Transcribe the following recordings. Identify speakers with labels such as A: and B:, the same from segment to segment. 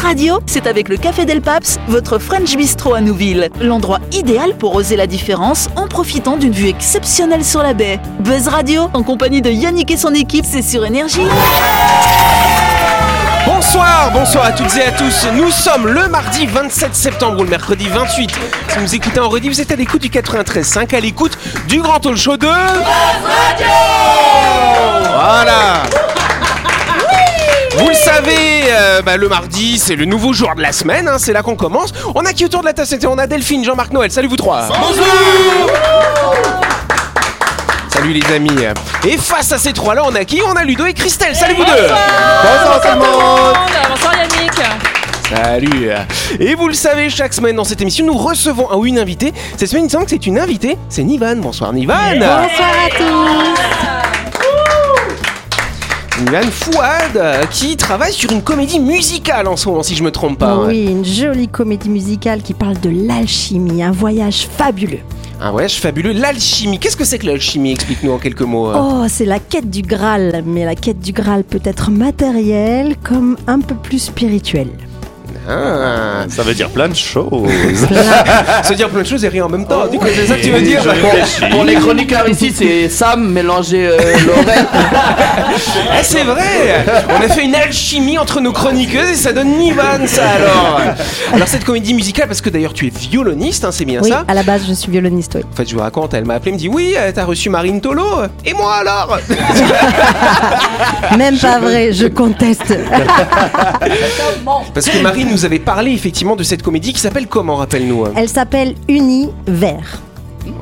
A: radio, c'est avec le Café Del Paps, votre French Bistro à Nouville. L'endroit idéal pour oser la différence en profitant d'une vue exceptionnelle sur la baie. Buzz Radio, en compagnie de Yannick et son équipe, c'est sur Énergie.
B: Bonsoir, bonsoir à toutes et à tous. Nous sommes le mardi 27 septembre ou le mercredi 28. Si vous écoutez en rediff, vous êtes à l'écoute du 93.5, à l'écoute du grand talk show de... Voilà vous le savez, euh, bah, le mardi, c'est le nouveau jour de la semaine, hein, c'est là qu'on commence. On a qui autour de la table On a Delphine, Jean-Marc Noël, salut vous trois Salut les amis Et face à ces trois-là, on a qui On a Ludo et Christelle, salut vous deux
C: Bonsoir tout le monde
D: Bonsoir Yannick
B: Salut Et vous le savez, chaque semaine dans cette émission, nous recevons un ou une invitée. Cette semaine, il me semble que c'est une invitée, c'est Nivan. Bonsoir Nivan
C: Bonsoir à tous
B: Nivan Fouad, euh, qui travaille sur une comédie musicale en ce moment, si je me trompe pas. Bah ouais.
C: Oh Oui, une jolie comédie musicale qui parle de l'alchimie, un voyage fabuleux.
B: Un voyage fabuleux, l'alchimie. Qu'est-ce que c'est que l'alchimie Explique-nous en quelques mots. euh.
C: Oh, c'est la quête du Graal, mais la quête du Graal peut être matérielle comme un peu plus spirituelle.
B: Ah.
E: Ça veut dire plein de choses.
B: Se dire plein de choses et rien en même temps. Du coup, c'est ça que tu veux dire
F: Pour les chroniqueurs ici, c'est Sam mélanger euh, Lorraine.
B: Ah, c'est vrai On a fait une alchimie entre nos chroniqueuses et ça donne Nivan, ça alors Alors, cette comédie musicale, parce que d'ailleurs, tu es violoniste, hein, c'est bien
C: oui,
B: ça
C: à la base, je suis violoniste, oui.
B: En fait, je vous raconte, elle m'a appelé, me dit Oui, euh, t'as reçu Marine Tolo euh, Et moi alors
C: Même pas vrai, je conteste.
B: Parce que Marine nous avait parlé effectivement de cette comédie qui s'appelle comment, rappelle-nous hein
C: Elle s'appelle Univers.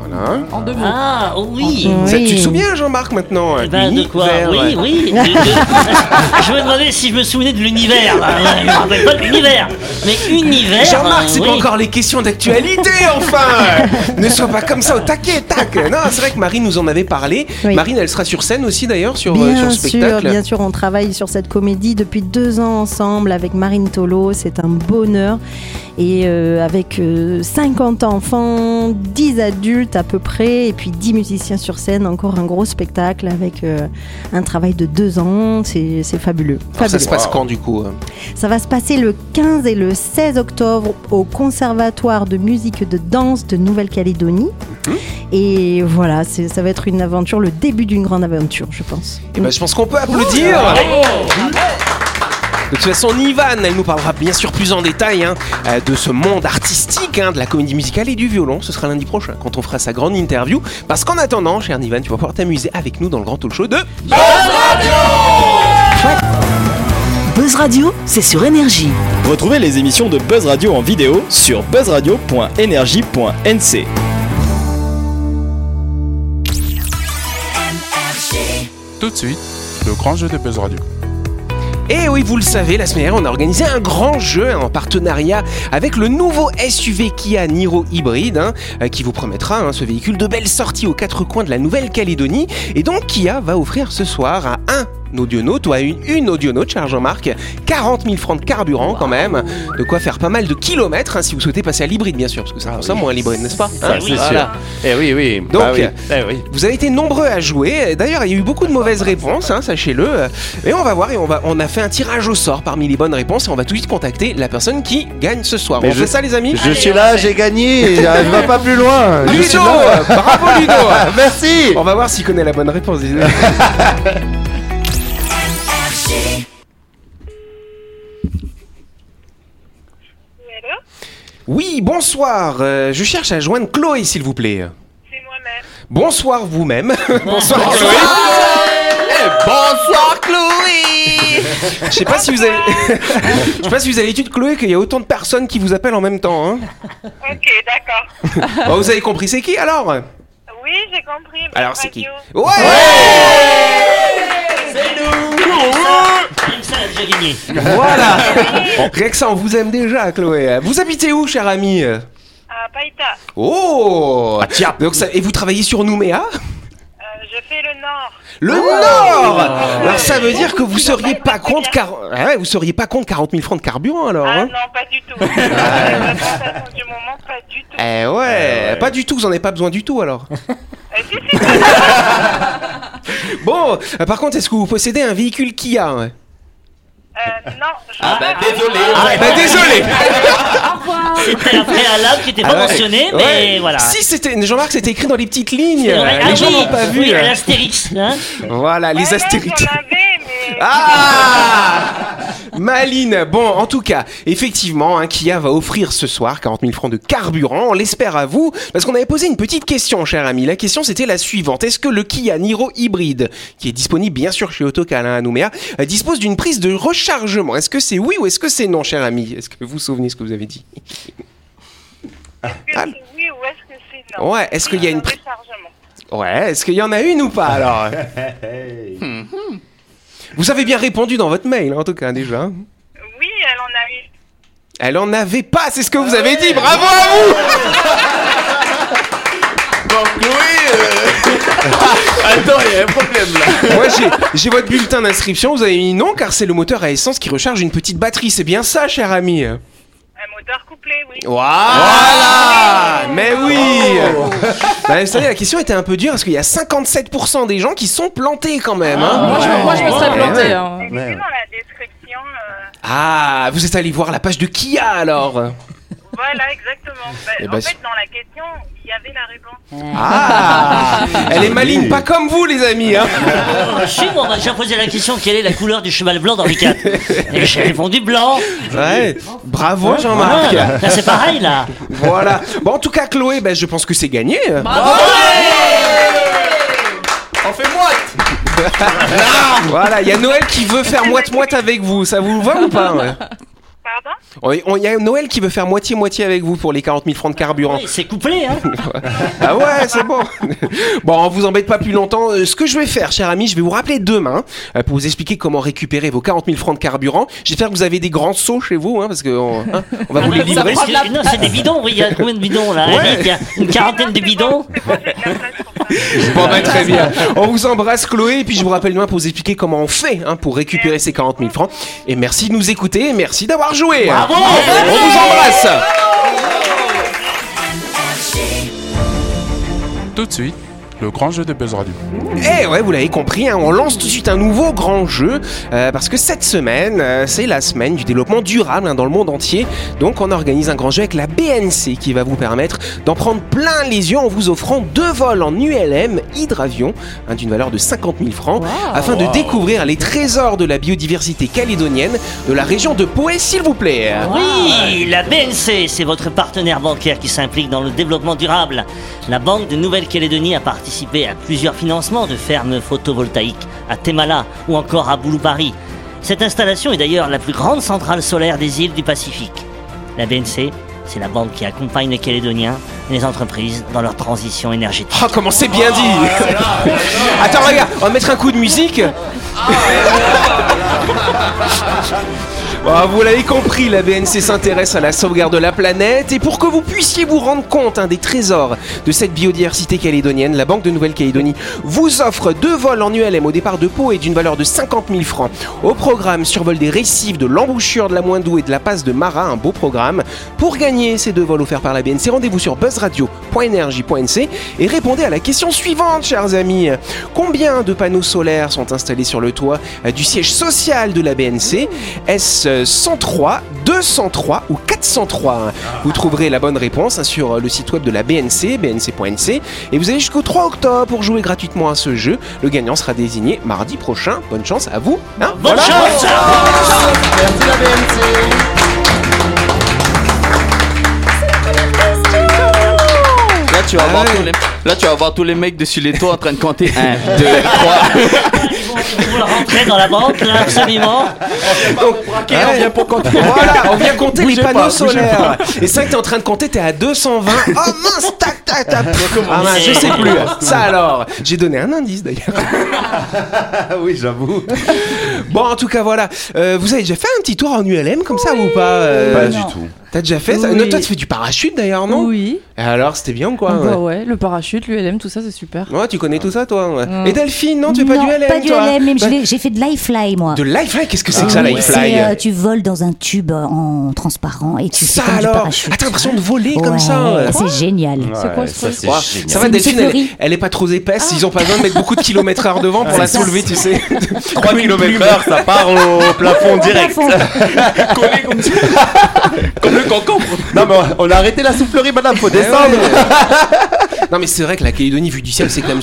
B: Voilà.
D: En deux mots.
G: Ah oui.
B: Ça, tu te souviens, Jean-Marc, maintenant hein
G: Ben, de quoi
B: Univers, ouais.
G: Oui, oui. De- de- je me demandais si je me souvenais de l'univers. là. Je me rappelle pas de l'univers. Mais univers.
B: Jean-Marc,
G: euh,
B: c'est
G: oui.
B: pas encore les questions d'actualité, enfin Ne sois pas comme ça au taquet, tac Non, c'est vrai que Marine nous en avait parlé.
C: Oui.
B: Marine, elle sera sur scène aussi, d'ailleurs, sur, euh, sur
C: Bien
B: le
C: sûr,
B: spectacle.
C: bien sûr, on travaille sur cette comédie depuis deux ans ensemble avec Marine Tolo. C'est un bonheur. Et euh, avec euh, 50 enfants, 10 adultes à peu près, et puis 10 musiciens sur scène, encore un gros spectacle avec euh, un travail de deux ans. C'est c'est fabuleux.
B: Alors, Ah, ça
C: Fabuleux.
B: se passe quand, du coup hein.
C: Ça va se passer le 15 et le 16 octobre au Conservatoire de musique de danse de Nouvelle-Calédonie.
B: Mhm.
C: Et voilà, c'est- ça va être une aventure, le début d'une grande aventure, je pense.
B: Eh ben, je pense qu'on peut applaudir. De toute façon, Nivan, elle nous parlera bien sûr plus en détail hein, euh, de ce monde artistique, hein, de la comédie musicale et du violon. Ce sera lundi prochain quand on fera sa grande interview. Parce qu'en attendant, cher Nivan, tu vas pouvoir t'amuser avec nous dans le grand talk show de.
A: Buzz Radio, c'est sur Énergie.
E: Retrouvez les émissions de Buzz Radio en vidéo sur buzzradio.energie.nc.
H: Tout de suite, le grand jeu de Buzz Radio.
B: Et oui, vous le savez, la semaine dernière, on a organisé un grand jeu hein, en partenariat avec le nouveau SUV Kia Niro hybride, hein, euh, qui vous promettra hein, ce véhicule de belles sorties aux quatre coins de la Nouvelle-Calédonie. Et donc, Kia va offrir ce soir à un audionaute ou à une, une audionaute, cher Jean-Marc, 40 000 francs de carburant quand même, de quoi faire pas mal de kilomètres hein, si vous souhaitez passer à l'hybride, bien sûr, parce que ça consomme moins l'hybride, n'est-ce pas
E: Ah Ça,
B: Hein
E: c'est
B: Voilà.
E: sûr. Eh oui, oui.
B: Donc, euh,
E: bah oui. Eh oui.
B: Vous avez été nombreux à jouer. D'ailleurs, il y a eu beaucoup de mauvaises réponses, hein, sachez-le. Et on va voir, et on, va, on a fait un tirage au sort parmi les bonnes réponses, et on va tout de suite contacter la personne qui gagne ce soir.
E: Mais
B: on
E: je-
B: fait ça, les amis
E: Je suis là, j'ai gagné. Je va pas plus loin. Je suis
B: Ludo
E: là.
B: Bravo, Ludo
E: Merci.
B: On va voir s'il connaît la bonne réponse. désolé. Oui, bonsoir. Euh, je cherche à joindre Chloé, s'il vous plaît.
I: C'est moi-même.
B: Bonsoir vous-même. bonsoir Chloé. Eh,
F: Bonsoir Chloé
B: Je sais pas si vous avez, je sais pas si vous avez l'étude Chloé qu'il y a autant de personnes qui vous appellent en même temps. hein.
I: Ok, d'accord.
B: Bon, vous avez compris c'est qui alors
I: Oui, j'ai compris. Bonne
B: Alors c'est qui
I: radio.
B: Ouais.
G: C'est nous. Comme ça, elle a déjà gagné.
B: Voilà. Bon, Rien que ça, on vous aime déjà, Chloé. Vous habitez où, cher ami
I: Ah, Païta,
B: Oh. Donc ça- et vous travaillez sur Nouméa
I: euh, je fais le Nord.
B: Le Nord Alors ça veut dire que vous seriez pas contre car... Ah ouais, vous seriez pas contre 40 000 francs de carburant alors
I: Ah
B: hein
I: non, pas du tout. La sensation du moment, pas du tout.
B: Ah eh ouais, pas du tout, vous en avez pas besoin du tout alors.
I: Euh, si, si, si.
B: Bon, euh, par contre, est-ce que vous possédez un véhicule Kia ouais
I: Euh, Euh, non, je...
F: Ah bah désolé.
G: Ah,
B: Bah, désolé
G: C'était un préalable qui n'était pas
B: Ah ouais.
G: mentionné, mais
B: Ouais.
G: voilà.
B: Si c'était Jean-Marc, c'était écrit dans les petites lignes.
G: C'est vrai.
B: Les
G: Ah
B: gens
G: oui,
B: n'ont pas vu.
G: Oui, à l'Astérix. hein.
B: Voilà, les
I: Ouais,
B: astérix.
I: j'en avais, mais...
B: Ah Maline Bon, en tout cas, effectivement, hein, Kia va offrir ce soir 40 000 francs de carburant, on l'espère à vous, parce qu'on avait posé une petite question, cher ami. La question, c'était la suivante. Est-ce que le Kia Niro hybride, qui est disponible bien sûr chez Autocal hein, à Nouméa, euh, dispose d'une prise de rechargement Est-ce que c'est oui ou est-ce que c'est non, cher ami Est-ce que vous vous souvenez ce que vous avez dit
I: Est-ce que c'est oui ou est-ce que c'est non
B: ah. Ouais, est-ce qu'il y a une pri-
I: rechargement
B: Ouais, est-ce qu'il y en a une ou pas, alors Vous avez bien répondu dans votre mail, hein, en tout cas, déjà. hein.
I: Oui, elle en a eu.
B: Elle en avait pas, c'est ce que
F: Ah
B: vous avez dit, bravo à vous
F: Donc oui. euh, Attends, il y a un problème là.
B: Moi j'ai- j'ai votre bulletin d'inscription, vous avez mis non car c'est le moteur à essence qui recharge une petite batterie, c'est bien ça cher ami
I: Un moteur couplé, oui.
B: Voilà Mais oui Bah, Vous savez la question était un peu dure parce qu'il y a 57% des gens qui sont plantés quand même. hein.
D: Ah. Moi, je, moi, je me serais
B: Ouais,
D: plantée.
B: ouais.
D: hein.
I: Elle était dans la description. euh,
B: Ah, vous êtes allé voir la page de Kia alors
I: Voilà, exactement. Bah,
B: Eh
I: en
B: ben,
I: fait,
B: c'est-
I: dans la question, il y avait la réponse.
B: Ah Elle est maligne, pas comme vous les amis hein.
G: Oh, chez moi, on m'a déjà posé la question quelle est la couleur du cheval blanc d'Henri IV Et j'ai répondu blanc.
B: Ouais, bravo
G: Voilà.
B: Jean-Marc
G: Là, c'est pareil, là.
B: Voilà Bon en tout cas Chloé, bah, je pense que c'est gagné
F: On fait moite.
B: Voilà, il y a Noël qui veut faire moite-moite avec vous, ça vous va ou pas ouais
I: Pardon
B: Il y a Noël qui veut faire moitié-moitié avec vous pour les 40 000 francs de carburant.
G: Oui, c'est couplé, hein.
B: Ah ouais, c'est bon. Bon, on vous embête pas plus longtemps. Euh, Ce que je vais faire, cher ami, je vais vous rappeler demain euh, pour vous expliquer comment récupérer vos 40 000 francs de carburant. J'espère que vous avez des grands seaux chez vous, hein, parce que on, hein, on va vous les
G: Ah,
B: livrer.
G: parce que- Non, c'est des bidons, oui. Il y a combien de bidons, là
B: Ouais.
G: Il y a une quarantaine de bidons.
I: C'est bon, j'ai de la place pour ça.
B: Bon, bah, très bien. On vous embrasse, Chloé, et puis je vous rappelle demain pour vous expliquer comment on fait hein, pour récupérer ces 40 000 francs. Et merci de nous écouter, et merci d'avoir joué.
G: Bravo
B: On vous embrasse.
H: Tout de suite, le grand jeu de Buzz Radio.
B: Eh ouais, vous l'avez compris, hein, on lance tout de suite un nouveau grand jeu, euh, parce que cette semaine, euh, c'est la semaine du développement durable hein, dans le monde entier. Donc on organise un grand jeu avec la BNC qui va vous permettre d'en prendre plein les yeux en vous offrant deux vols en ULM hydravion hein, d'une valeur de 50 000 francs, afin de découvrir les trésors de la biodiversité calédonienne de la région de Poé, s'il vous plaît. euh,
G: Oui, la BNC, c'est votre partenaire bancaire qui s'implique dans le développement durable. La Banque de Nouvelle-Calédonie a participé à plusieurs financements de fermes photovoltaïques à Temala ou encore à Bouloupari. Cette installation est d'ailleurs la plus grande centrale solaire des îles du Pacifique. La BNC, c'est la banque qui accompagne les Calédoniens et les entreprises dans leur transition énergétique.
B: Oh, comment c'est bien dit Attends, regarde, on va mettre un coup de musique. Bon, vous l'avez compris, la BNC s'intéresse à la sauvegarde de la planète et pour que vous puissiez vous rendre compte hein, des trésors de cette biodiversité calédonienne, la Banque de Nouvelle-Calédonie vous offre deux vols en ULM au départ de Pau et d'une valeur de 50 000 francs. Au programme, survol des récifs, de l'embouchure de la Moindou et de la passe de Marat, un beau programme. Pour gagner ces deux vols offerts par la BNC, rendez-vous sur buzzradio.energie.nc et répondez à la question suivante, chers amis. Combien de panneaux solaires sont installés sur le toit euh, du siège social de la BNC Est-ce euh, 103, 203 ou 403 Vous trouverez la bonne réponse hein, sur euh, le site web de la BNC, bnc.nc. Et vous avez jusqu'au 3 octobre pour jouer gratuitement à ce jeu. Le gagnant sera désigné mardi prochain. Bonne chance à vous. hein.
G: Bonne
B: Voilà.
G: chance
F: Là tu vas
B: Ah
F: voir
B: ouais.
F: tous les là tu vas voir tous les mecs dessus les toits en train de compter 1
E: Ah
F: 2 3.
G: Ils vont, ils vont vouloir rentrer dans la banque, là, absolument.
B: Ouais. Voilà, on vient compter
F: Bougez
B: les panneaux
F: pas, bougez
B: solaires. Et ça que t'es en train de compter, t'es à 220. Oh mince, tac, tac, tac. Ah mince, je sais plus. Ça alors. J'ai donné un indice d'ailleurs.
J: oui, j'avoue.
B: Bon, en tout cas, voilà. Euh, vous avez déjà fait un petit tour en ULM comme ça ou pas euh,
J: Pas du tout.
B: T'as déjà fait ça
D: Oui.
B: Non, toi, tu fais du parachute d'ailleurs, non
D: Oui.
B: Et alors, c'était bien ou quoi
D: Ah bah
B: ouais
D: ouais, le parachute, l'ULM, tout ça, c'est super.
B: Ouais, tu connais tout ça, toi ouais.
D: Mm.
B: Et Delphine, non, tu fais pas du LM
K: pas du
B: toi
K: LM, mais je
B: Bah,
K: l'ai- j'ai fait de l'iFly, moi.
B: De Lifeline, qu'est-ce que c'est que ça,
K: Ah oui,
B: Lifeline
K: c'est, euh, Tu voles dans un tube euh, en transparent et tu fais
B: Ça
K: comme du
B: alors
K: parachute.
B: Ah, t'as l'impression de voler comme
K: Ouais,
B: ça euh.
K: C'est génial.
B: Ouah, Ça va,
K: C'est une
B: Delphine, elle,
K: soufflerie.
B: elle est pas trop épaisse, ils ont pas besoin de mettre beaucoup de kilomètres heure devant
E: Ah,
B: pour
F: C'est
B: la
F: ça.
B: soulever, tu sais. Eh
F: 3 km heure, ça part au plafond direct.
K: Au
F: Collé comme ça. Comme le concombre.
E: Non, mais on a arrêté la soufflerie, madame, faut descendre.
B: Non mais c'est vrai que la Calédonie vue du ciel c'est quand même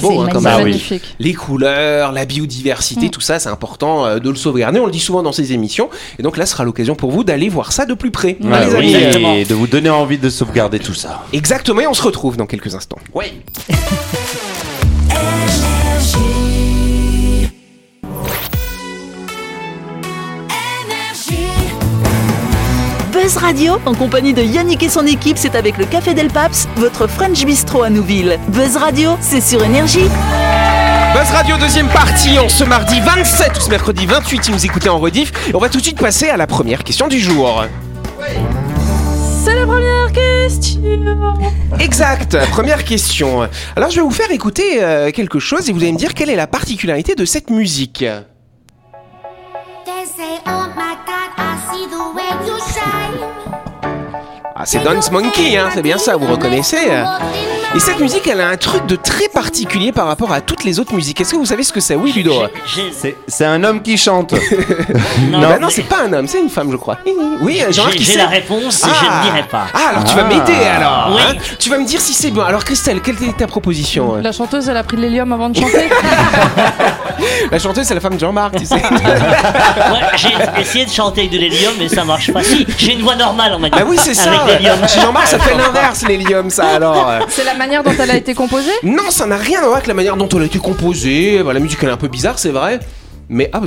E: magnifique,
B: beau hein,
E: c'est
B: quand
E: magnifique. Mm.
B: même.
E: Magnifique.
B: Les couleurs, la biodiversité, tout ça c'est important euh, de le sauvegarder. On le dit souvent dans ces émissions et donc là ce sera l'occasion pour vous d'aller voir ça de plus près.
E: Ouais,
B: les
E: oui,
B: amis.
E: et de vous donner envie de sauvegarder tout ça.
B: Exactement et on se retrouve dans quelques instants.
E: Oui.
A: Buzz Radio, en compagnie de Yannick et son équipe, c'est avec le Café Del Paps, votre French Bistro à Nouville. Buzz Radio, c'est sur Énergie.
B: Buzz Radio deuxième partie en ce mardi 27 ou ce mercredi 28 si vous écoutez en rediff et on va tout de suite passer à la première question du jour.
D: C'est la première question.
B: Exact. Première question. Alors je vais vous faire écouter euh, quelque chose et vous allez me dire quelle est la particularité de cette musique.
L: They say, oh my god, I see the way you shine.
B: Ah, c'est Dance Monkey, hein, c'est bien ça, vous reconnaissez. Et cette musique, elle a un truc de très particulier par rapport à toutes les autres musiques. Est-ce que vous savez ce que c'est Oui, Ludo
E: C'est- C'est un homme qui chante.
B: Non, bah non c'est pas un homme, c'est une femme, je crois. Oui,
G: J'ai-
B: Jean-Marc, qui
G: j'ai
B: sait
G: la réponse et je ne dirai pas.
B: Ah, alors tu vas
G: Ah.
B: m'aider alors.
G: Oui.
B: hein. tu vas me dire si c'est bon. Alors, Christelle, quelle était ta proposition hein
D: La chanteuse, elle a pris de l'hélium avant de chanter.
B: La chanteuse, c'est la femme de Jean-Marc, tu sais.
G: Ouais, j'ai essayé de chanter avec de l'hélium, mais ça marche pas. Si, j'ai une voix normale, on m'a dit.
B: bah oui, c'est ça.
G: Avec l'hélium.
B: Chez Jean-Marc, ça fait l'inverse, l'hélium, ça alors. euh.
D: C'est la manière dont elle a été composée
B: Non, ça n'a rien à voir avec la manière dont elle a été composée. Bah, la musique, elle est un peu bizarre, c'est vrai. Mais ah, bah,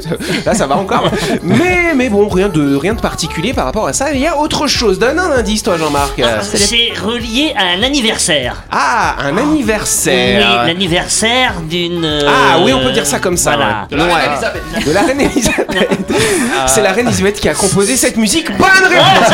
B: là, ça va encore. Mais, mais bon, rien de, rien de particulier par rapport à ça. Il y a autre chose. Donne un indice, toi, Jean-Marc.
G: Ah, C'est relié à un anniversaire.
B: Ah, un anniversaire.
G: Oui, l'anniversaire d'une. euh,
B: euh, Ah oui, on peut dire ça comme ça.
G: voilà.
B: ouais. Ouais.
E: Ah.
B: De la reine Elisabeth. C'est la reine Elisabeth qui a composé cette musique. Bonne réponse.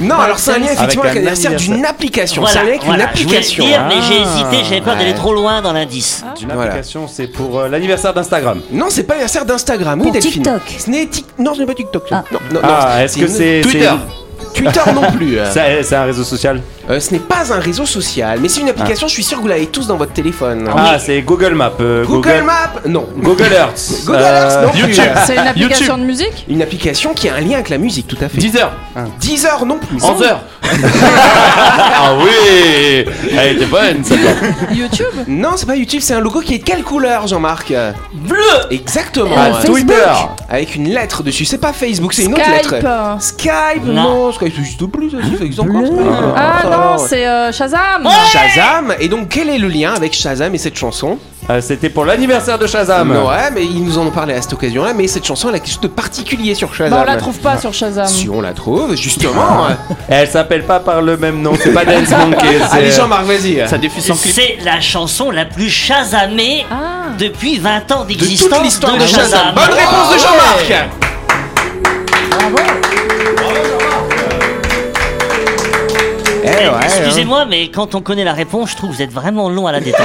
B: non, alors c'est un lien effectivement avec l'anniversaire d'une application.
G: Voilà,
B: c'est un lien avec
G: voilà,
B: une application. hein.
G: Je voulais le dire, mais j'ai hésité, j'avais peur
B: Ah,
G: d'aller
B: ouais.
G: trop loin dans l'indice.
J: Ah.
E: Une application, c'est pour euh, l'anniversaire d'Instagram.
B: Non, c'est pas l'anniversaire d'Instagram. Oui,
E: Pour
B: Delphine.
E: TikTok.
B: Ce n'est Tik- Non, ce n'est pas TikTok. ce- Non, non, non,
E: Ah, est-ce que
B: une-
E: c'est.
B: Twitter
E: c'est-
B: Twitter non plus. euh.
E: C'est c'est un réseau social
B: Euh, ce n'est pas un réseau social, mais c'est une application. Je suis sûr que vous l'avez tous dans votre téléphone.
E: Ah, c'est Google Maps. euh,
B: Google, Maps Non.
E: Google Earth. Euh,
B: Google Earth, non plus.
D: C'est une application de musique
B: Une application qui a un lien avec la musique, tout à fait. 10
E: heures.
B: 10 heures non plus.
E: 11 heures. Ah oui Elle était bonne, celle-là.
D: YouTube
B: Non, c'est pas YouTube, c'est un logo qui est de quelle couleur, Jean-Marc Bleu Exactement.
D: Bah,
E: Euh,
B: Ouais.
E: Facebook. Twitter.
B: Avec une lettre dessus. C'est pas Facebook, c'est une autre
D: Skype. Hein,
B: lettre. Skype Non, Skype, c'est juste bleu, ça, ça existe encore, Skype.
D: Ah
B: Ça va,
D: non,
B: Oh, ouais.
D: c'est euh, Shazam
B: Shazam Et donc, quel est le lien avec Shazam et cette chanson
E: Euh, C'était pour l'anniversaire de Shazam.
B: Ouais, mais ils nous en ont parlé à cette occasion-là, mais cette chanson, elle a quelque chose de particulier sur Shazam.
D: Bah, on la trouve pas sur Shazam.
B: Si on la trouve, justement.
E: Elle s'appelle pas par le même nom, c'est pas Dance Monkey. c'est- euh,
B: Allez, Jean-Marc, vas-y.
G: C'est la chanson la plus chasamée depuis 20 ans d'existence.
B: toute l'histoire de Shazam. Bonne réponse de Jean-Marc. Eh
G: Eh,
B: ouais,
G: Excusez-moi, mais quand on connaît la réponse, je trouve que vous êtes vraiment long à la détente.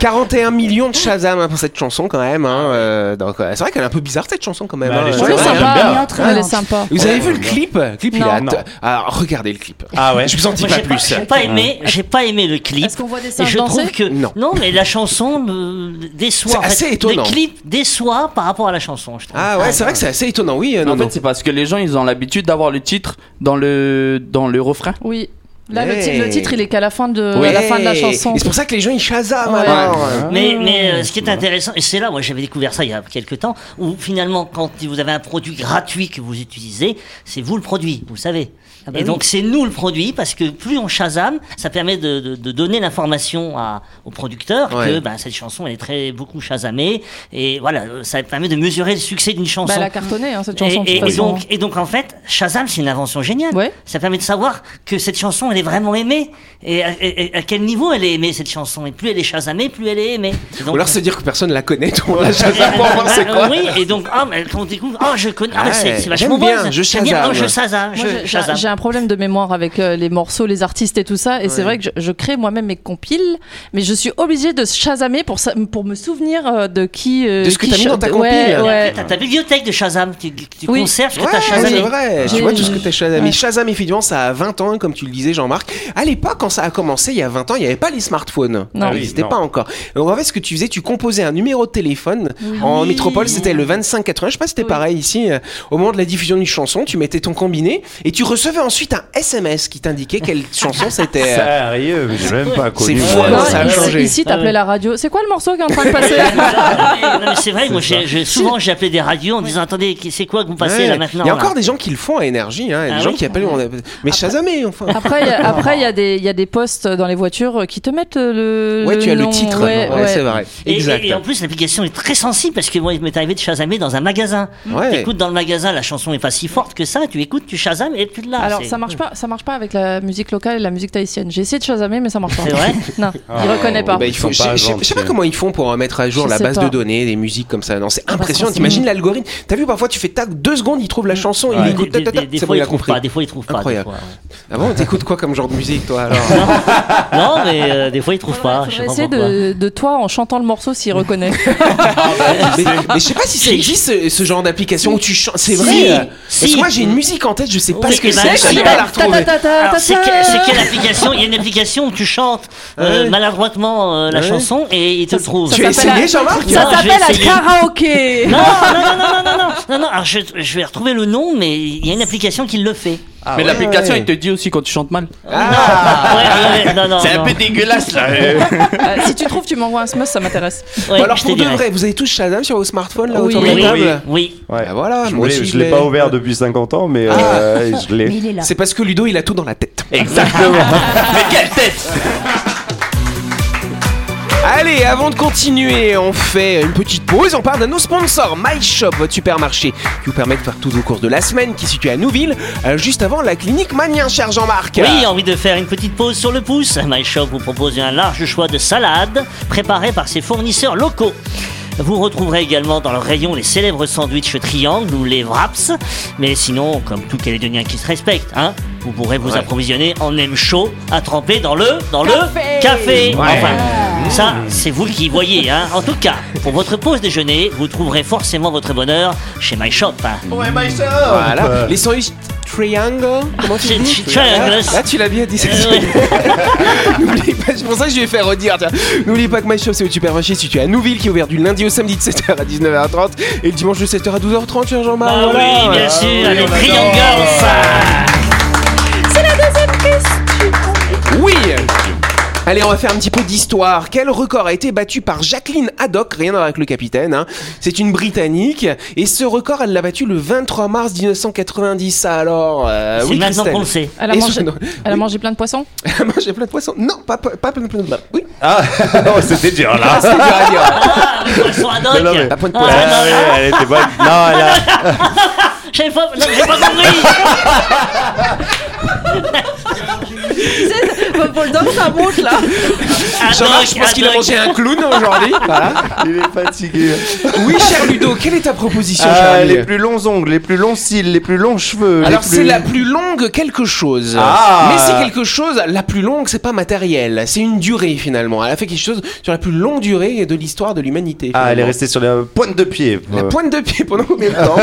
B: 41 millions de Shazam hein, pour cette chanson quand même. hein, euh, donc, euh, c'est vrai qu'elle est un peu bizarre cette chanson quand même.
E: Bah,
B: hein,
E: elle est
B: c'est
E: chouette,
B: vrai,
E: elle est
B: hein.
E: bien.
D: Elle est sympa.
B: Ah, Vous avez
E: Ouais,
B: vu le
E: bien.
B: clip Le Clip, il
D: Non.
B: est
D: Non.
B: att- Ah, regardez le clip.
E: Ah ouais
B: Je vous en dis
G: Moi,
B: pas
G: j'ai
B: plus.
G: J'ai pas aimé, j'ai pas aimé le clip.
D: Est-ce qu'on voit des
G: Et
D: singes
G: je
D: danser
G: trouve que
B: Non.
G: mais la chanson me déçoit.
B: C'est
G: en fait.
B: assez étonnant.
G: Le clip déçoit par rapport à la chanson. Je trouve.
B: Ah ouais, c'est vrai que c'est assez étonnant, oui. euh, non,
M: en
B: non.
M: fait, c'est parce que les gens, ils ont l'habitude d'avoir le titre dans le, dans le refrain.
D: Oui. Là, le,
M: Hey.
D: titre, le titre, il est qu'à la fin de
M: Oui.
D: à la fin de la
M: Hey.
D: chanson.
B: Eh. Et c'est pour ça que les gens ils Shazam
D: Ouais.
B: alors.
G: Mais, mais euh, ce qui est intéressant, et c'est là, moi j'avais découvert ça il y a quelques temps, où finalement, quand vous avez un produit gratuit que vous utilisez, c'est vous le produit, vous le savez.
K: Ah bah
G: et
K: oui.
G: donc c'est nous le produit parce que plus on Shazam, ça permet de, de- de donner l'information à- au producteur
B: Ouais.
G: que ben, cette chanson elle est très beaucoup Shazamée et voilà euh, ça permet de mesurer le succès d'une chanson.
D: Bah, elle a cartonné, hein, cette chanson, de
G: Et, et-
D: toute
G: et
D: façon.
G: donc et donc en fait Shazam c'est une invention géniale. Ça permet de savoir que cette chanson elle est vraiment aimée et à, et- et à quel niveau elle est aimée cette chanson et plus elle est Shazamée plus elle est aimée. Et donc, euh,
B: Ou alors se dire que personne la connaît, tout le monde la Shazam pour voir c'est quoi.
G: oui, et donc, ah, mais quand on découvre, ah, je connais, ah, bah, c'est
B: Ouais,
G: c'est vachement
B: j'aime bien,
G: bon,
B: je
G: j'aime bien,
B: Shazam.
G: oh, je Shazam,
D: Moi,
G: je
D: j'ai-
G: Shazam.
D: j'ai j'ai un problème de mémoire avec euh, les morceaux, les artistes et tout ça, et c'est
G: Ouais.
D: vrai que je, je crée moi-même mes compiles, mais je suis obligée de chasamer pour, sa- pour me souvenir euh, de qui. euh,
G: De ce que
D: qui
G: t'as mis
D: cha-
G: dans ta
D: de-
G: compile.
D: Ouais, ouais.
G: T'as ta bibliothèque de Shazam, tu, tu
D: Oui.
G: conserves ce que
B: Ouais,
G: t'as Shazam.
B: c'est vrai. Tu
G: J'ai-
B: vois tout ce que t'as Shazam.
G: Ouais.
B: Shazam, effectivement, ça a 20 ans, hein, comme tu le disais, Jean-Marc. À l'époque, quand ça a commencé, il y a 20 ans, il n'y avait pas les smartphones.
F: Non.
B: Ça n'existait
F: Oui, non.
B: pas encore. Donc, en fait, ce que tu faisais, tu composais un numéro de téléphone.
F: Oui.
B: En
F: Oui.
B: métropole, c'était le 2580. Je sais pas si c'était pareil ici. Euh, Au moment de la diffusion d'une chanson, tu mettais ton combiné et tu recevais ensuite un SMS qui t'indiquait quelle chanson c'était. euh,
J: Sérieux, mais j'ai même pas
B: C'est
J: connu.
B: fou,
J: moi.
B: hein, ça a
D: Ici-
B: changé.
D: Ici, t'appelais la radio. C'est quoi le morceau qui est en train de passer
G: Non, mais c'est vrai, moi, j'ai- j'ai- souvent, j'ai appelé des radios en disant, attendez, qui- c'est quoi que vous passez
B: Ouais.
G: là maintenant
B: Il y a
G: là
B: encore des gens qui le font à énergie, hein, et
G: Ah
B: des gens
G: oui
B: qui appellent. on a- Mais Shazamé, enfin.
D: Après, il y a- après, il y, a des- il y a des postes dans les voitures qui te mettent le.
B: Ouais, tu as le
D: nom,
B: titre,
D: ouais,
B: non, ouais,
D: ouais.
B: c'est vrai.
G: Et,
B: Exact.
G: et- et en plus, l'application est très sensible parce que moi, il m'est arrivé de chasamer dans un magasin.
B: Ouais.
G: T'écoutes dans le magasin, la chanson est pas si forte que ça, tu écoutes, tu chasames et tu l'as.
D: Alors
G: c'est-
D: ça marche pas, ça marche pas avec la musique locale et la musique tahitienne. J'ai essayé de chasamer mais ça marche pas.
G: C'est vrai
D: Non, il reconnaît pas.
B: Bah, il faut,
F: Ils
B: je,
F: sont pas
B: je- je sais- je sais pas
F: gentils.
B: comment ils font pour euh, mettre à jour
F: Je
B: la
F: sais
B: base
F: pas.
B: de données, des musiques comme ça. Non, c'est impressionnant.
F: forcément.
B: T'imagines l'algorithme T'as vu parfois tu fais tac deux secondes, il trouve la chanson,
G: Ouais.
B: il écoute.
G: Des-
B: tac, tac,
G: des-
B: tac,
G: des
B: c'est bon,
G: fois,
B: il
G: il
B: a
G: trouve
B: compris.
G: pas, des fois, il trouve pas, des
B: Incroyable.
G: fois,
B: Ah bon T'écoutes quoi comme genre de musique toi alors
G: Non, mais euh, des fois, ils trouvent pas. Je sais
D: J'ai
G: pas
D: essayé
G: pourquoi.
D: de, de toi en chantant le morceau s'il reconnaît.
B: mais, mais je sais pas si ça existe ce, ce genre d'application où tu chantes. C'est vrai.
G: Si,
B: euh, Parce
G: si.
B: que moi j'ai une musique en tête, je sais pas
G: Oui,
B: ce que
G: eh ben,
B: c'est.
G: si,
B: J'arrive
G: eh
B: pas à
G: ben,
B: la
G: ta, ta,
B: retrouver.
G: ta, ta, Alors, c'est que- c'est quelle application Il y a une application où tu chantes euh,
B: Ouais.
G: maladroitement euh, la
B: Ouais.
G: chanson et il te le trouve.
B: tu as essayé, Jean-Marc
G: Non, je vais essayer.
D: karaoké.
G: Non, non, non, non, non, non, non, non, non, alors je, je vais retrouver le nom, mais il y a une application qui le fait.
M: Mais
G: ouais.
M: l'application,
G: Ouais.
M: elle te dit aussi quand tu chantes mal.
J: Ah.
B: Ah.
G: Ouais, ouais, non, non,
M: C'est un
G: non.
M: peu dégueulasse là.
D: Euh, si tu trouves, tu m'envoies un sms, ça m'intéresse.
B: Bah alors pour de vrai, vous avez tous Shazam sur vos smartphones là
D: Oui.
B: autour de la
D: Oui.
B: table
G: Oui.
J: Ouais.
B: voilà,
J: je
B: moi
J: l'ai-
B: aussi, je
J: je l'ai
B: l'ai. Ah,
J: pas ouvert depuis 50 ans, mais euh, je l'ai.
B: C'est parce que Ludo il a tout dans la tête.
J: Exactement.
M: Mais quelle tête
B: Allez, avant de continuer, on fait une petite pause. On parle de nos sponsors, My Shop, votre supermarché qui vous permet de faire toutes vos courses de la semaine, qui est situé à Nouville, euh, juste avant la clinique Manien, cher Jean-Marc.
G: Oui, envie de faire une petite pause sur le pouce My Shop vous propose un large choix de salades préparées par ses fournisseurs locaux. Vous retrouverez également dans leur rayon les célèbres sandwichs triangles ou les wraps. Mais sinon, comme tout Calédonien qui se respecte, hein, vous pourrez vous
M: Ouais.
G: approvisionner en aime chaud à tremper dans le dans le
M: Ouais.
G: café. Enfin, ça, c'est vous qui voyez. Hein. En tout cas, pour votre pause déjeuner, vous trouverez forcément votre bonheur chez My Shop. hein.
J: eh
M: Ouais,
J: ben,
M: my shop
B: Voilà. Les sandwichs triangle. Comment tu
G: Tri-
B: dis
G: tri- triangles.
B: Ah, Là, tu l'as bien dit.
G: Euh,
B: c'est- N'oublie pas, c'est pour ça que je vais faire redire. tiens. N'oublie pas que My Shop, c'est votre supermarché situé à Nouville, qui est ouvert du lundi au samedi de 7h à 19h30 et le dimanche de 7h à 12h30, cher Jean-Marc.
G: Ah
B: voilà.
G: oui, bien sûr, les
B: on adore.
G: triangles.
B: C'est la deuxième question. Oui. Allez, on va faire un petit peu d'histoire. Quel record a été battu par Jacqueline Haddock Rien à voir avec le capitaine. hein. C'est une Britannique. Et ce record, elle l'a battu le 23 mars 1990. Alors, euh,
G: C'est
B: oui,
G: maintenant
B: Christelle.
G: qu'on le sait.
D: Elle a,
B: Et
D: mangé,
B: son-
D: elle a mangé plein de poissons
B: Elle a mangé plein de poissons. Non, pas, pas, pas plein de poissons. Oui.
J: Ah, non, c'était dur là.
B: Ah, c'est dur à dire. Ah.
G: Poisson à doc.
J: Non, non, mais-
B: À point de
G: Ah,
J: Ouais,
B: poisson.
J: ouais, Ah, elle était bonne. Non, elle a-
G: J'avais pas, non, j'ai pas compris.
D: Pour le dom, ça monte là.
B: Jean-Marc, je pense qu'il a mangé un clown aujourd'hui. Voilà. Ah,
J: Il est fatigué.
B: Oui, cher Ludo, quelle est ta proposition,
J: Ah,
B: cher ami
J: les plus longs ongles, les plus longs cils, les plus longs cheveux. les
B: Alors c'est
J: plus-
B: la plus longue quelque chose.
J: Ah.
B: Mais c'est quelque chose, la plus longue, c'est pas matériel, c'est une durée finalement. Elle a fait quelque chose sur la plus longue durée de l'histoire de l'humanité.
J: Ah, elle est
B: finalement.
J: restée sur la pointe de pied.
B: La
J: euh,
B: pointe de pied pendant combien de temps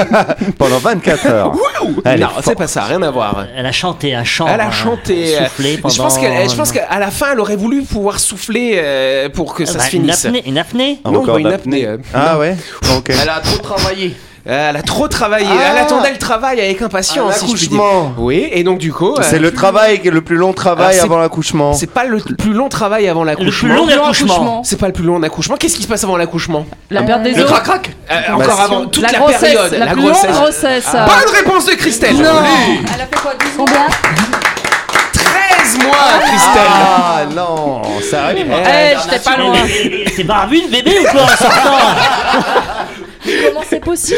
J: Pendant 24 heures.
B: Wouhou
J: Elle est
B: Non, c'est
J: forte.
B: pas ça, rien à voir.
G: Elle a chanté, un chant.
B: Elle a chanté. euh,
G: Soufflé pendant.
B: Je pense qu'elle- je pense qu'à la fin, elle aurait voulu pouvoir souffler euh, pour que ça
G: Bah,
B: se
G: une
B: finisse.
G: apnée. Une apnée
B: Non,
J: Encore
B: pas une
J: d'apnée.
B: apnée. euh,
J: Ah ouais Ok.
M: Elle a trop travaillé.
B: Euh, Elle a trop travaillé.
J: Ah.
B: Elle attendait le travail avec impatience.
J: Ah,
B: si je puis dire.
J: l'accouchement.
B: oui, et donc du coup.
J: C'est le travail qui est le plus long travail
B: Alors, c'est-
J: avant l'accouchement.
B: C'est pas le plus long travail avant l'accouchement.
J: long Le plus long accouchement. accouchement.
B: C'est pas le plus long accouchement. Qu'est-ce qui se passe avant l'accouchement
D: La perte des
B: Le
D: os.
B: crac-crac Euh, Encore
D: Bah,
B: avant.
D: si.
B: Toute
D: La
B: la, Ah.
D: grossesse,
B: période.
D: la plus longue grossesse. Ah.
B: Bonne réponse de Christelle.
D: Non.
B: Oui.
D: Elle a fait quoi 12 mois
B: 13 mois, Christelle.
J: Ah non, ça arrive.
B: Eh,
D: Eh, j'étais pas loin.
G: T'es barbu, le bébé ou quoi en
D: Comment c'est possible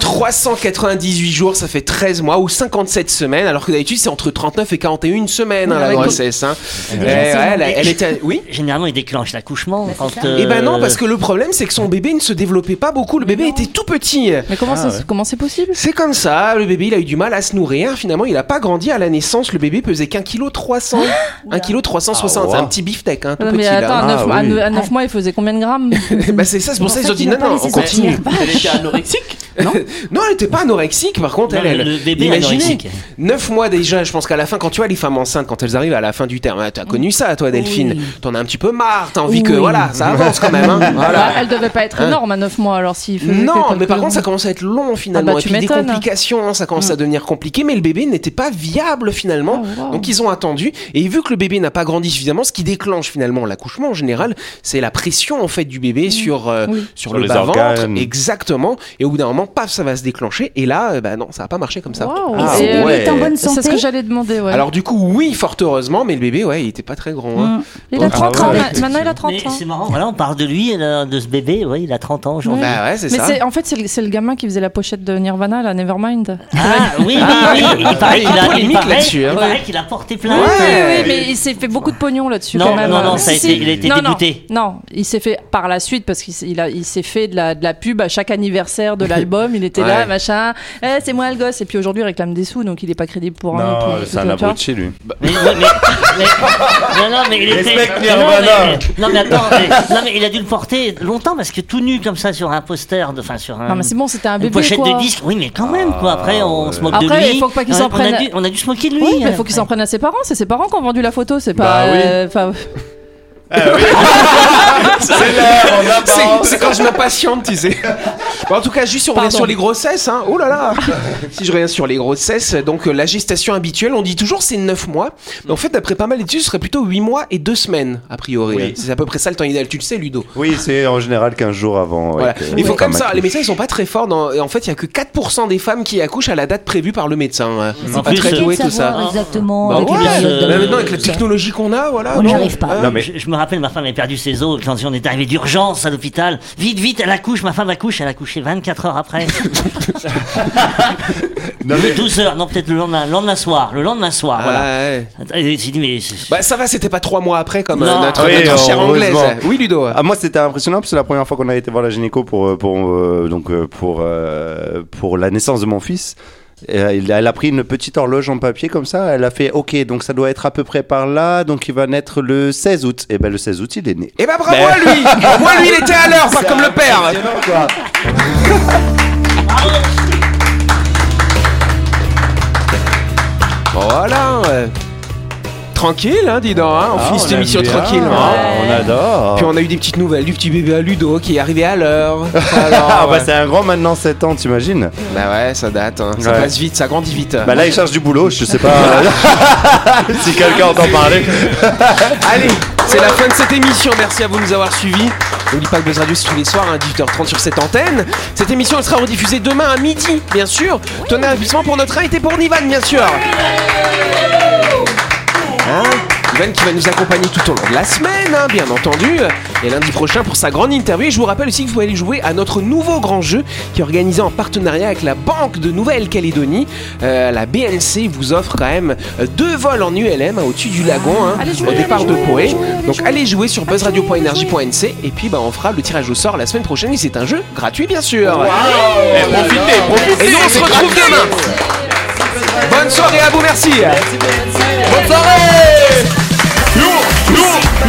B: 398 jours, ça fait 13 mois ou 57 semaines, alors que d'habitude c'est entre 39 et 41 semaines hein, la
G: Ouais,
B: grossesse. hein.
G: Ouais.
B: Eh, ouais, elle, elle était. Oui
G: Généralement, il déclenche l'accouchement. quand, euh,
B: Eh ben non, parce que le problème, c'est que son bébé ne se développait pas beaucoup. Le bébé était tout petit.
D: Mais comment ça se- comment c'est possible
B: C'est comme ça. Le bébé, il a eu du mal à se nourrir. Finalement, il a pas grandi à la naissance. Le bébé pesait qu'un kilo 300. Un kilo 360.
J: Ah,
B: C'est un
J: wow.
B: petit beefsteak, hein, tout
D: Non,
B: petit.
D: mais
B: là.
D: attends, à 9,
J: Ah
D: mois- à Ah, neuf- à neuf mois, il faisait combien de grammes
B: Bah, c'est ça, c'est pour ça qu'ils ont dit non, non, on continue.
M: Elle était anorexique
B: Non, elle n'était pas anorexique, par contre,
G: Non,
B: elle,
G: le-
B: elle-
G: le bébé anorexique.
B: 9 mois déjà, je pense qu'à la fin, quand tu vois les femmes enceintes, quand elles arrivent à la fin du terme, hein, t'as connu ça, toi, Delphine, t'en as un petit peu marre, t'as envie que,
D: Oui.
B: voilà, ça avance quand même. hein.
D: Bah,
B: Voilà.
D: Elle devait pas être
B: Hein.
D: énorme à 9 mois alors s'il faisait que
B: Non,
D: quelques-
B: mais par contre, ça commence à être long finalement.
D: Ah bah,
B: Et
D: tu
B: puis des
D: m'étonnes. Hum.
B: complications, hein, ça commence à devenir compliqué. Mais le bébé n'était pas viable finalement.
D: Ah,
B: Donc ils ont attendu. Et vu que le bébé n'a pas grandi suffisamment, ce qui déclenche finalement l'accouchement en général, c'est la pression en fait du bébé sur, euh,
D: Oui.
B: sur,
J: Sur
B: le
J: les
B: bas-ventre.
J: organes.
B: Exactement. Et au bout d'un moment, paf, ça va se déclencher. Et là, euh, bah non, ça va pas marcher comme ça.
D: Waouh.
J: Ah,
D: Et, euh,
J: ouais. Il est en bonne
D: C'est ce
K: santé
D: que j'allais demander, ouais.
B: Alors du coup, oui, fort heureusement, mais le bébé, ouais, il était pas très grand. hein.
D: il a 30
B: Ah
D: ans,
B: ouais.
D: ma- maintenant il a 30
G: Mais
D: ans.
G: c'est marrant, voilà, on parle de lui, là, de ce bébé, ouais, il a 30 ans aujourd'hui.
B: Bah ouais, c'est
D: Mais
B: ça.
D: c'est en fait c'est le, c'est le gamin qui faisait la pochette de Nirvana la Nevermind.
G: Ah oui, oui,
B: Ah,
G: oui,
B: oui.
G: il paraît
B: Il y a
G: qu'il
B: une
G: a, il
B: polémique
G: paraît-
B: là-dessus, hein.
G: il paraît
B: Ouais.
G: qu'il a porté
D: Oui,
G: plainte.
D: oui, oui, mais il s'est fait beaucoup de pognon là-dessus
G: Non,
D: quand même.
G: non, non, ça a été- il a été
D: Non, non,
G: débouté.
D: Non, il s'est fait par la suite parce qu'il s'est- il a- il s'est fait de la, de la pub à chaque anniversaire de l'album. Il était là,
M: Ouais.
D: machin. Eh, c'est moi le gosse. Et puis aujourd'hui, il réclame des sous, donc il est pas crédible pour un. pour-
M: Non, c'est un
D: tu vois.
M: abruti lui.
G: Mais, mais- mais- mais- non, non, mais il était.
M: Respecte
G: non,
M: Nirvana.
G: mais, non, mais attends, mais- non, mais il a dû le porter longtemps parce que tout nu comme ça sur un poster, de- enfin sur un.
D: Non, mais c'est bon, c'était un
G: Hein. une
D: bébé.
G: pochette
D: quoi.
G: de disque. Oui, mais quand même, quoi. Après, on se moque de lui. Hein,
D: Après, il faut pas qu'ils
G: On-
D: s'en
G: on a
D: prennent.
G: dû- On a dû se moquer de lui. hein.
D: Oui, mais il faut qu'ils s'en prennent à ses parents. C'est ses parents qui ont vendu la photo. C'est pas.
G: Bah oui.
D: euh, enfin,
B: C'est C'est- C'est quand je m'impatiente, tu sais. Bon, en tout cas, juste si on revient
D: Pardon.
B: sur les grossesses, hein. oh là là Si je reviens sur les grossesses, donc euh, la gestation habituelle, on dit toujours c'est 9 mois. Mais en fait, d'après pas mal d'études, ce serait plutôt 8 mois et 2 semaines, a priori. C'est à peu près ça le temps idéal, tu le sais, Ludo.
J: Oui, c'est en général 15 jours avant. ouais,
B: Voilà.
J: que-
B: Il faut
J: que
B: comme ça,
J: marche.
B: les médecins ils sont pas très forts. Dans... et En fait, il y a que 4% des femmes qui accouchent à la date prévue par le médecin. hein.
K: C'est
B: C'est pas très
K: compliqué de
B: doué tout ça.
K: savoir Exactement.
B: Bah
K: avec
B: ouais,
K: les périodes
B: mais
K: de-
B: maintenant avec la technologie qu'on a, voilà.
K: Moi,
B: non.
K: j'arrive pas.
B: Hein.
G: Non, mais... je, je me rappelle, ma femme avait perdu ses os quand on est arrivé d'urgence à l'hôpital. Vite, vite, elle accouche, ma femme accouche, elle a couché 24 heures après.
J: Non, mais-
G: 12 heures, non, peut-être le lendemain, le lendemain soir, le lendemain soir,
B: Ah,
G: voilà.
B: ouais.
G: Et J'ai dit, mais. c'est-
B: Bah ça va, c'était pas 3 mois après comme euh,
G: Non.
B: notre,
J: Oui,
B: notre chère anglaise.
J: heureusement.
B: Oui, Ludo.
J: Ah, moi, c'était impressionnant parce que la première fois qu'on a été voir la gynéco pour, euh, pour, euh, donc, euh, pour, euh, pour la naissance de mon fils, euh, il- elle a pris une petite horloge en papier comme ça. Elle a fait OK, donc ça doit être à peu près par là. Donc il va naître le 16 août. Et ben le 16 août, il est né. Ah,
B: Et bah bravo à lui Au moins lui il était à l'heure, pas comme le père Voilà ouais. Tranquille, hein, dis donc, hein, on
J: Ah,
B: finit
J: on
B: cette
J: aime
B: émission
J: bien.
B: tranquille. hein.
J: Ah, on adore.
B: Puis on a eu des petites nouvelles du petit bébé à Ludo qui est arrivé à l'heure.
J: Ah,
B: Alors,
J: bah
B: ouais.
J: c'est un grand maintenant 7 ans, t'imagines
B: Bah ouais, ça date, hein. ça
J: Ouais.
B: passe vite, ça grandit vite.
J: Bah là, il cherche du boulot, je sais pas si quelqu'un entend parler.
B: Allez, c'est la fin de cette émission. Merci à vous de nous avoir suivis. N'oubliez pas que Buzz Radio, c'est tous les soirs hein, à 18h30 sur cette antenne. Cette émission, elle sera rediffusée demain à midi, bien sûr. Tenez un applaudissement pour notre invité, pour Nivan, bien sûr. Hein Nivan qui va nous accompagner tout au long de la semaine, hein, bien entendu. Et lundi prochain pour sa grande interview. Et je vous rappelle aussi que vous allez jouer à notre nouveau grand jeu qui est organisé en partenariat avec la Banque de Nouvelle-Calédonie. Euh, la BNC vous offre quand même euh, deux vols en ULM hein, au-dessus du lagon hein,
F: Allez jouer,
B: au départ
F: allez
B: de
F: jouer,
B: Poé.
F: allez jouer, allez
B: Donc allez jouer sur buzzradio.energie.nc et puis bah, on fera le tirage au sort la semaine prochaine. Et c'est un jeu gratuit, bien sûr.
F: Eh,
J: É,
F: profitez, profitez.
B: Et nous, on se retrouve demain. Bonne soirée à vous, merci.
F: Bonne soirée Yo, yo,